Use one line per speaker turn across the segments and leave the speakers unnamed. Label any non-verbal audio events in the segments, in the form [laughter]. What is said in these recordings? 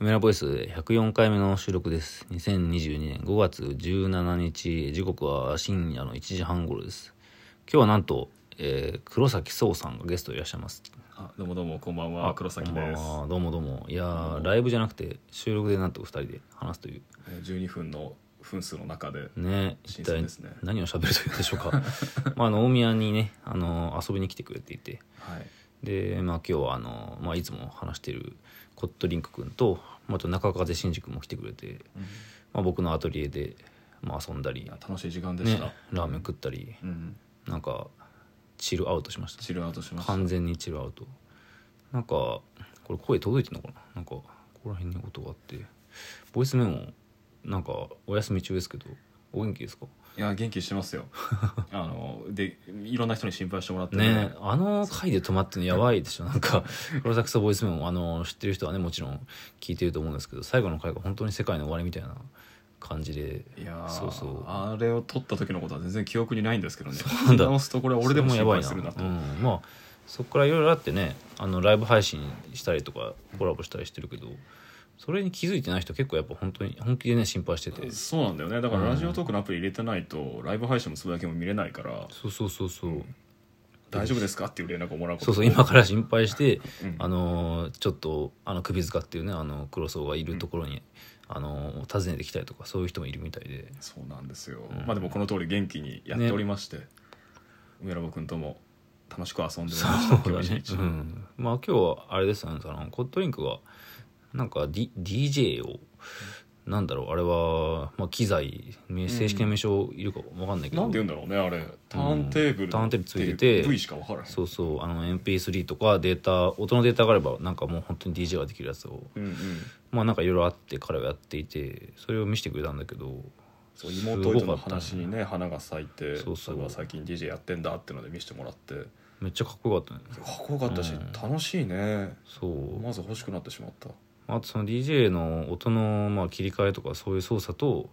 メラボイス104回目の収録です。2022年5月17日、時刻は深夜の1時半頃です。今日はなんと、えー黒崎壮さんがゲストでいらっしゃいます。
あどうもどうもこんばんは黒崎です
こんばんはどうもどうも。いや
どう
ー、
も
ライブじゃなくて収録でなんと2人で話すという。
えー12分の分数の中で
ね、一
新
体
鮮ですね
何を喋るというんでしょうか。 [laughs] まあ、あの、大宮にね、あの、遊びに来てくれていて、
はい
で、まあ、今日はあの、まあ、いつも話しているコットリンク君と、まああと中風新宿も来てくれて、まあ、僕のアトリエで、まあ、遊んだ
い
り
や、楽しい時間でし
ね
た、
ラーメン食ったり
うん
なんかチルアウトしました
チルアウトしました
完全にチルアウトなんかこれ声届いてんのかななんかここら辺に音があってボイスメモなんかお休み中ですけどお元気ですか
いや元気して
[laughs]
ますよあのでいろんな人に心配してもらってね
ねえあの回で止まってるのやばいでしょなん
[laughs]
か黒崎さんボイスメモあの知ってる人はねもちろん聞いてると思うんですけど最後の回が本当に世界の終わりみたいな感じで
いやー
そうそう
あれを撮った時のことは全然記憶にないんですけどね
なんだ
直すとこれは俺でも
や
心
ばい
配するなと
うん、まあそこからいろいろあってねあのライブ配信したりとかコラボしたりしてるけどそれに気づいてない人結構やっぱ本当に本気でね心配してて
そうなんだよねだか
うん
らラジオトークのアプリ入れてないとライブ配信もつぶやきも見れないから
そうそうそうそう、
大丈夫ですかっていう連絡をもらうこ
そ
と
うそう今から心配して、
うん
あのーちょっとあの首塚っていうねあの黒荘がいるところに、あのー訪ねてきたりとかそういう人もいるみたいで
そうなんですよ、
うん
まあでもこの通り元気にやっておりまして、梅ラボ君とも楽しく遊んでおりまし
そ
た
うだ
今日
ね
一、日、
うん、まあ今日はあれですよねそのコットリンクがなんか、D、DJ をなんだろうあれは、まあ、機材名正式な名称いるかわかんないけど、
なんて言うんだろうねあれターンテーブル、
ターンテーブルついてて
V しか分からへん
そうそうあの MP3 とかデータ音のデータがあればなんかもう本当に DJ ができるやつを
うんうん、
まあなんかいろいろあって彼はやっていてそれを見せてくれたんだけど
そう妹との
すごかっ
話
た
にね花が咲いて
そうそう
れは最近 DJ やってんだってので見せてもらってか
めっちゃかっこよかったね
っこよかったし、
うん
楽しいね
そう
まず欲しくなってしまった
あとその DJ の音のまあ切り替えとかそういう操作と、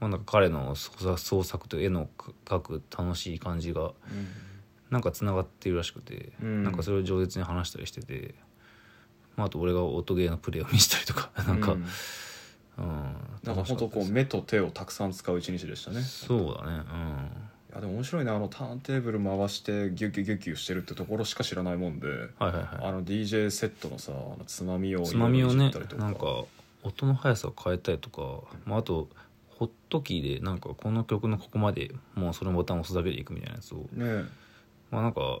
まあ、なんか彼の創作創作と絵の描く楽しい感じがなんかつながってるらしくて、
うん
なんかそれを饒舌に話したりしてて、まあ、あと俺が音ゲーのプレイを見せたりとか [laughs] なんか、
う
うん
なんか本当こう目と手をたくさん使う一日でしたね
そうだね
いやでも面白いなあのターンテーブル回してギュッギュッギュッギュッしてるってところしか知らないもんで
うんはいはいは
あの DJ セットのさあのつまみを
いつまみを
いろいろい
ね
じったりと
なんか音の速さを変えたりとか、まあ、あとホットキーでなんかこの曲のここまでもうそのボタンを押すだけでいくみたいなやつを
ね
まあなんか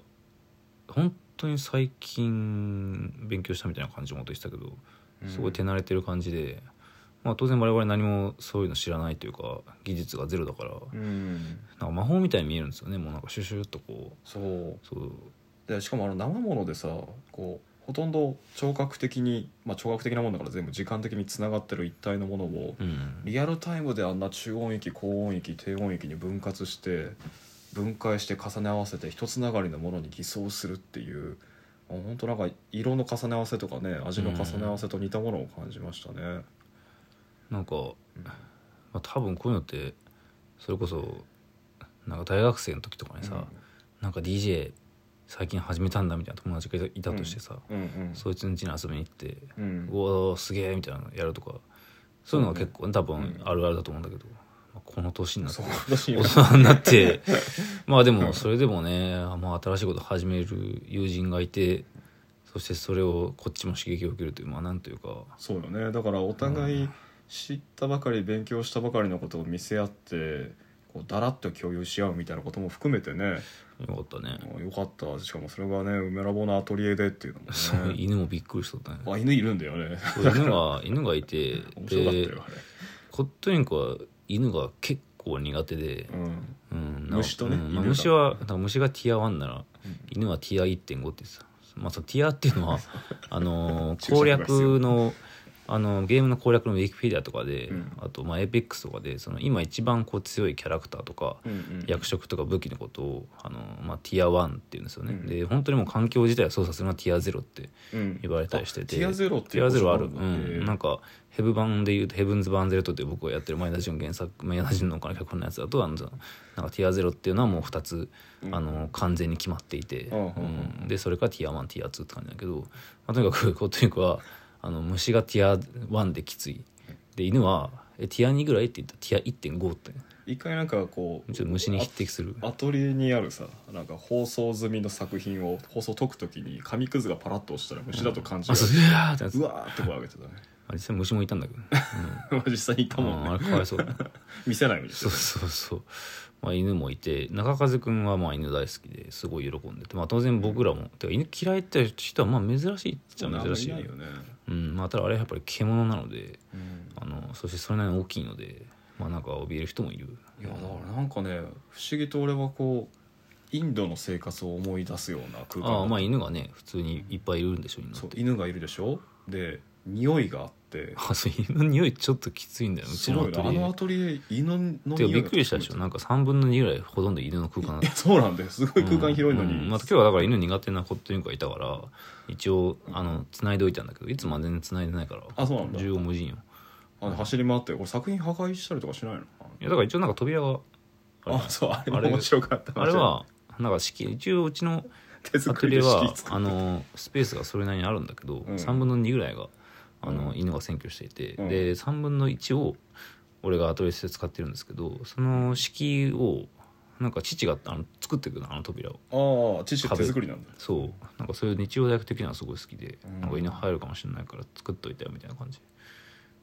本当に最近勉強したみたいな感じのこと言ってたけど
うん
すごい手慣れてる感じで、まあ、当然我々何もそういうの知らないというか技術がゼロだから
うん
なんか魔法みたいに見えるんですよねもうなんかシュシュッとこ
そう
うそう
でしかもあの生ものでさこうほとんど聴覚的にまあ聴覚的なもんだから全部時間的につながってる一体のものを
うん
リアルタイムであんな中音域高音域低音域に分割して分解して重ね合わせて一つながりのものに偽装するっていう本当なんか色の重ね合わせとかね味の重ね合わせと似たものを感じましたね。
なんか、まあ、多分こういうのってそれこそなんか大学生の時とかにさ、なんか DJ 最近始めたんだみたいな友達がいたとしてさ、
うんうん
そいつの家に遊びに行って
うん
うおーすげえみたいなのやるとかそういうのが結構、多分
うん
あるあるだと思うんだけど、まあこの年になって
そう
[laughs]
私
大人になってまあでもそれでもね、まあ、新しいこと始める友人がいてそしてそれをこっちも刺激を受けるというまあなんというか
そうよねだからお互い知ったばかり勉強したばかりのことを見せ合ってこうだらっと共有し合うみたいなことも含めてね
よかったね、
よかったしかもそれがね梅ラボのアトリエでっていうの
[laughs] そう
もね
犬もびっくりしとった
[laughs]
ね
あ犬いるんだよね
そう犬が犬がいて
面白かった
で
よあれ、
コットリンクは犬が結構苦手で、
うん、
うん
虫とね
うんまあ
犬が
虫はだから虫がティア1なら
うん
犬はティア1.5ってさ、まあ、そのティアっていうの [laughs] はあのー
注釈
攻
が必要
略のあのゲームの攻略のウィキペディアとかで、
うん
あとまあエーペックスとかでその今一番こう強いキャラクターとか
うんうん
役職とか武器のことをあのー、まあ、ティア1っていうんですよね、
うん
で本当にもう環境自体を操作するのはティア0って
うん
言われたりしてて
あティアゼロって
ティアゼロある、う
うん
ん、なんかヘブ版でいうと「ヘブンズ・バーンゼレット」って僕がやってる前田純原作前田純のから脚本のやつだとあのなんかティアゼロっていうのはもう2つ、
うん
あの完全に決まっていて、
うんうん
でそれからティア1ティア2って感じだけど、まあ、とにかくコットニクはあの虫がティア1できついで犬はえティア2ぐらいって言ったらティア1.5って
一回なんかこう
ちょっと虫に匹敵する
アトリエにあるさなんか放送済みの作品を放送解くときに紙くずがパラッと落ちたら虫だと感じ
あ
る、
そううわーってや
う
つ
わーって声上げてたね [laughs]
あ実際虫もいたんだけど、うん
実際いたも
あーあ
んね
れかわいそうだね
見せないようにし
そ
て
うそうそう、まあ、犬もいて中風くんはまあ犬大好きですごい喜んでて、まあ、当然僕らも、てか犬嫌いって人はまあ珍しいっちゃ珍しい
あんまりないよね、
うんまあ、ただあれはやっぱり獣なので
うん
あのそしてそれなりに大きいのでまあなんか怯える人もいる
いやだからなんかね不思議と俺はこうインドの生活を思い出すような空間だ
ああまあ
っ
犬がね普通にいっぱいいるんでしょ犬
た
っ
そう
て
犬がいるでしょで匂いがあって
あそう犬の匂いちょっときついんだよう
す
ちの
ごい
ア
ね
ト
あ
リ
のア
エ
トリエ犬の
てか
匂 [laughs] い
びっくりしたでしょなんか3分の2ぐらいほとんど犬の空間
いやそうなんだよすごい [laughs] 空間広いのに、
うんまあ、今日はだから犬苦手な子っていうのがいたから一応あの繋いでおいたんだけどいつもは全然繋いでないから
あそうなんだ
縦横無尽よ
あの走り回ってこれ作品破壊したりとかしないの
いやだから一応なんか扉があれ
あそうあれも
あれ
面白かった
あれはなんか敷居一応うちの
手
ア
作
トリ
り
エ
で敷
は
き作
あ
って
のスペースがそれなりにあるんだけど、
うん
3分の2ぐらいがあの、
うん
犬が占拠していて、
うん
で3分の1を俺がアトリエとして使ってるんですけどその敷居をなんか父があの作ってくるのあの扉を
ああ父手作りなんだ
そうなんかそういう日曜大学的なのはすごい好きで、
うん
なんか犬入るかもしれないから作っといたよみたいな感じ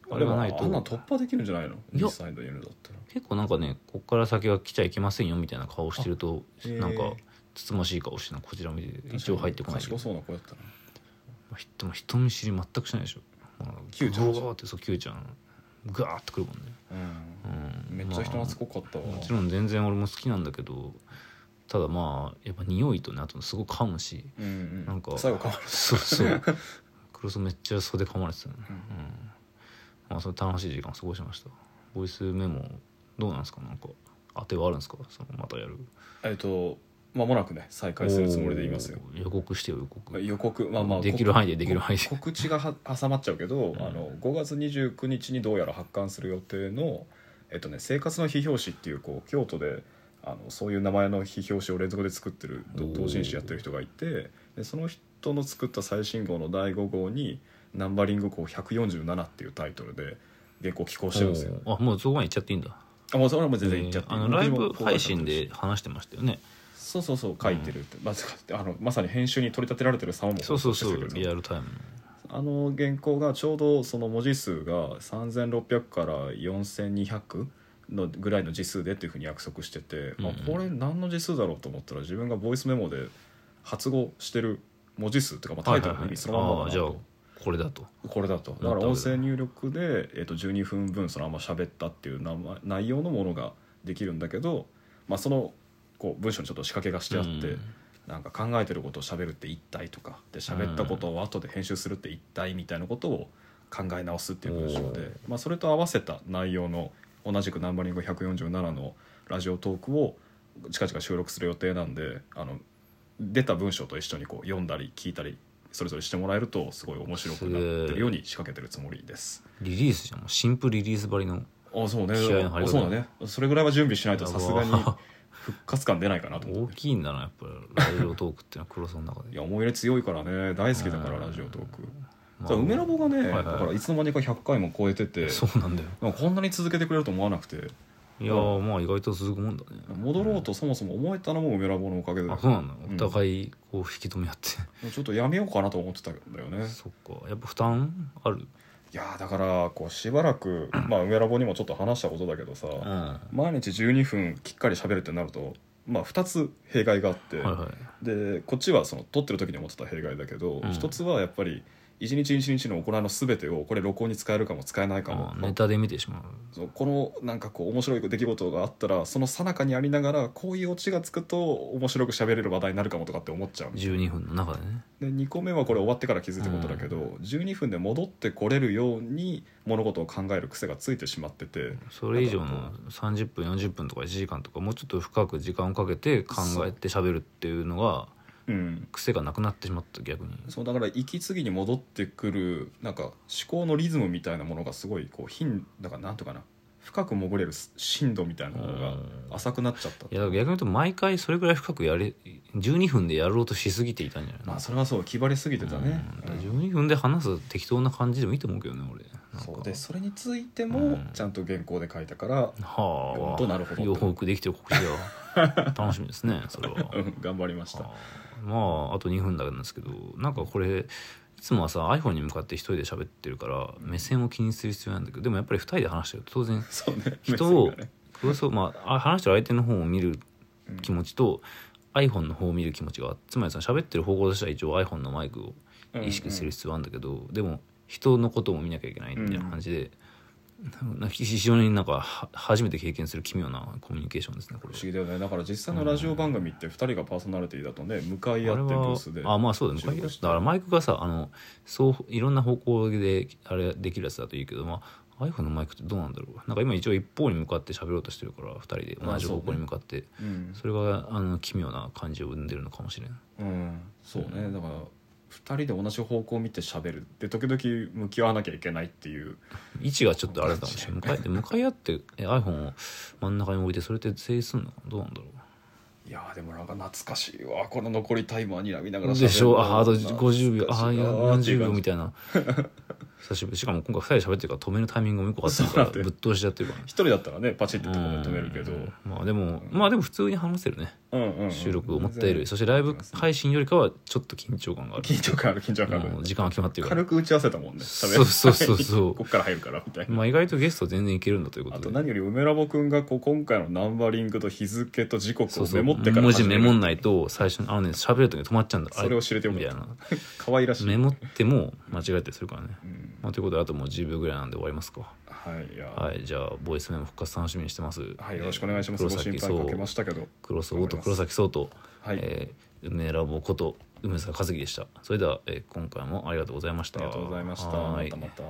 あ
あ
れ
れ
が
は
な
ないい
と
とあんなん突破できるんじゃないの
いや
実際の犬だったら
結構なんかねこっから先は来ちゃいけませんよみたいな顔してると
あへー
なんかつつましい顔してなんかこちら見て一応入ってこないけど
賢そうな子だったな
まあ人も人見知り全くしないでしょ
キューちゃんでしょ
ガーってそうキューちゃんガーってくるもんね、うん、
めっちゃ人
まあ
懐っこかったわ、
もちろん全然俺も好きなんだけどただまあやっぱ匂いとねあとすごい噛むし
うんうん、
なんか
最後か
そうそう黒酢めっちゃ袖噛まれてたね、う
うんん
まあそれ楽しい時間過ごしましたボイスメモどうなんですかなんか当てはあるんですかそのまたやる
えっと間もなくね再開するつもりでいますよ
おー予告してよ予告
予告まあまあ
できる範囲でできる範囲で
告知がは挟まっちゃうけど、
ん
あの5月29日にどうやら発刊する予定の「えっとね、生活の批評誌」っていうこう京都であのそういう名前の批評誌を連続で作ってるど
おー
同人誌やってる人がいてでその人の作った最新号の第5号に「ナンバリング号147」っていうタイトルで原稿寄稿してるんですよ。
おーあもうそこまで行っちゃっていいんだ
あもうそれはもう全然言っちゃっていい
えーあのライブ配信で話してましたよね
そうそうそう書いてるって、まずあのまさに編集に取り立てられてる様も
そうそうそ
出てく
う
る
リアルタイムの
あの原稿がちょうどその文字数が3600から4200のぐらいの字数でっていうふうに約束してて、まあ
うんうん、
これ何の字数だろうと思ったら自分がボイスメモで発語してる文字数っていうか、まあ、タイトルの意味そのまんま
ああー
だ
じゃ
な
あ
と
これだと
これだとだから音声入力で、えっと12分分そのあんま喋ったっていう名前内容のものができるんだけど、まあ、そのこう文章にちょっと仕掛けがしてあって。
うん
なんか考えてることを喋るって一体とかで喋ったことを後で編集するって一体みたいなことを考え直すっていう文章で、
おー
まあ、それと合わせた内容の同じくナンバリング147のラジオトークを近々収録する予定なんであの出た文章と一緒にこう読んだり聞いたりそれぞれしてもらえるとすごい面白くなってるように仕掛けてるつもりです。
リリースじゃんもう新婦リリースばりの
あそうね
気合の入り方
あそうだねそれぐらいは準備しないとさすがに
やば
[laughs] 復活感出ないかなと思っ
大
て。
きいんだなやっぱりラジオトークっていうのは黒さんの中
い
で
や思い入れ強いからね大好きだからラジオトーク。
まあ
そう梅ラボがね、
いはい
だからいつの間にか100回も超えてて
そうなんだよ
なんかこんなに続けてくれると思わなくて
いやーまあ意外と続くもんだね
戻ろうとそもそも思えたのも梅ラボのおかげで
あそうなんだ
うん
お互いこう引き止め合って、
ちょっとやめようかなと思ってたんだよね
そっかやっぱ負担ある
いやーだからこうしば
[clears throat]
らく、まあ、梅ラボにもちょっと話したことだけどさ、
うんは
毎日12分きっかり喋るってなると、まあ、2つ弊害があって、
いは
でこっちはその撮ってる時に思ってた弊害だけど、
うん
一つはやっぱり一日一日の行いの全てをこれ録音に使えるかも使えない
い
かも
あ、ネタで見てしまう
そうこのなんかこう面白い出来事があったらその最中にありながらこういうオチがつくと面白く喋れる話題になるかもとかって思っちゃうで
12分の中でね
2個目はこれ終わってから気づいたことだけど、
う
12分で戻ってこれるように物事を考える癖がついてしまってて
それ以上の30分40分とか1時間とかもうちょっと深く時間をかけて考えて喋るっていうのが
うん
癖がなくなってしまった逆に
そうだから息継ぎに戻ってくるなんか思考のリズムみたいなものがすごいこう頻なんかなんとかな深く潜れる深度みたいなものが
うん
浅くなっちゃった
いやだから逆に言うと毎回それぐらい深くやれ12分でやろうとしすぎていたんじゃないの
まあそれはそう気張りすぎてたね、
うんだか
う
ら
ん
12分で話す適当な感じでもいいと思うけどね俺なんか
そうでそれについて
う
も
ん
ちゃんと原稿で書いたから、
はあ
なるほど
よくできてる告知が楽しみですねそれは
[laughs] うん、頑張りました、
はあまああと2分だけなんですけどなんかこれいつもはさ iPhone に向かって一人で喋ってるから目線を気にする必要ないんだけどでもやっぱり2人で話してると当然
そうね
人を
目線がね
そうそうまああ話してる相手の方を見る気持ちと、iPhone の方を見る気持ちがつまりその喋ってる方向としては一応 iPhone のマイクを意識する必要はあるんだけど、でも人のことも見なきゃいけないみたいな感じで、なんか非常になんかは初めて経験する奇妙なコミュニケーションですねこれ
不思議だよねだから実際のラジオ番組って2人がパーソナリティだとね向かい合ってブースで
あまあそうだね
収録
向かい合っ
して
だからマイクがさあのそういろんな方向であれできるやつだといいけど、まあ、iPhone のマイクってどうなんだろうなんか今一応一方に向かって喋ろうとしてるから2人で同じ方向に向かって
うん
そ,、れがあの奇妙な感じを生んでるのかもしれない
うん、そうねだから2人で同じ方向を見て喋るで時々向き合わなきゃいけないっていう
位置がちょっとあれだかもしれ
[laughs]
ない向かいで向かい合ってえ iPhone を真ん中に置いてそれって成立するのかなどうなんだろ
いやーでもなんか懐かしいわこの残りタイマーにらみながら
うでしょああと
懐かしい
50秒ああ
なーって
40
いう
秒
感じ
みたいな久しぶりしかも今回2人で喋ってるから止めるタイミングもよくあってる
そう
か
な
ら
んだよ
ぶっ通しちゃってるからね
一人だったらねパチってとこで止めるけど、
うんまあでもまあでも普通に話せるね
うんうんうん
収録を思ったより
全然
そしてライブ配信よりかはちょっと緊張感がある
緊張感ある緊張感ある
もう時間は決まってるから
軽く打ち合わせたもんね
そうそうそうそう
こっから入るからみたいな、
まあ意外とゲスト全然いけるんだというこ
あ
と
と
で
何より梅ラボくんがこう今回のナンバリングと日付と時刻
そ
を
うそ
メ
う
モってから
文字メモん
い
ないと最初にあのね喋る時に止まっちゃうんだ
それを知れてよ
み
かった
たいな
可愛らしい、
メモっても間違えたりするからね
うん
まあということであともう10秒ぐらいなんで終わりますか
はいいや、は
はいじゃあボイスメモ復活楽しみにしてます
いよろしくお願いしますご
黒
心
崎
配かけま
壮
したけど
黒荘と黒崎壮と
はい、
えー梅ラボこと梅沢和樹でしたそれでは、えー今回もありがとうございました
ありがとうございました
は
ま
ーい
たまた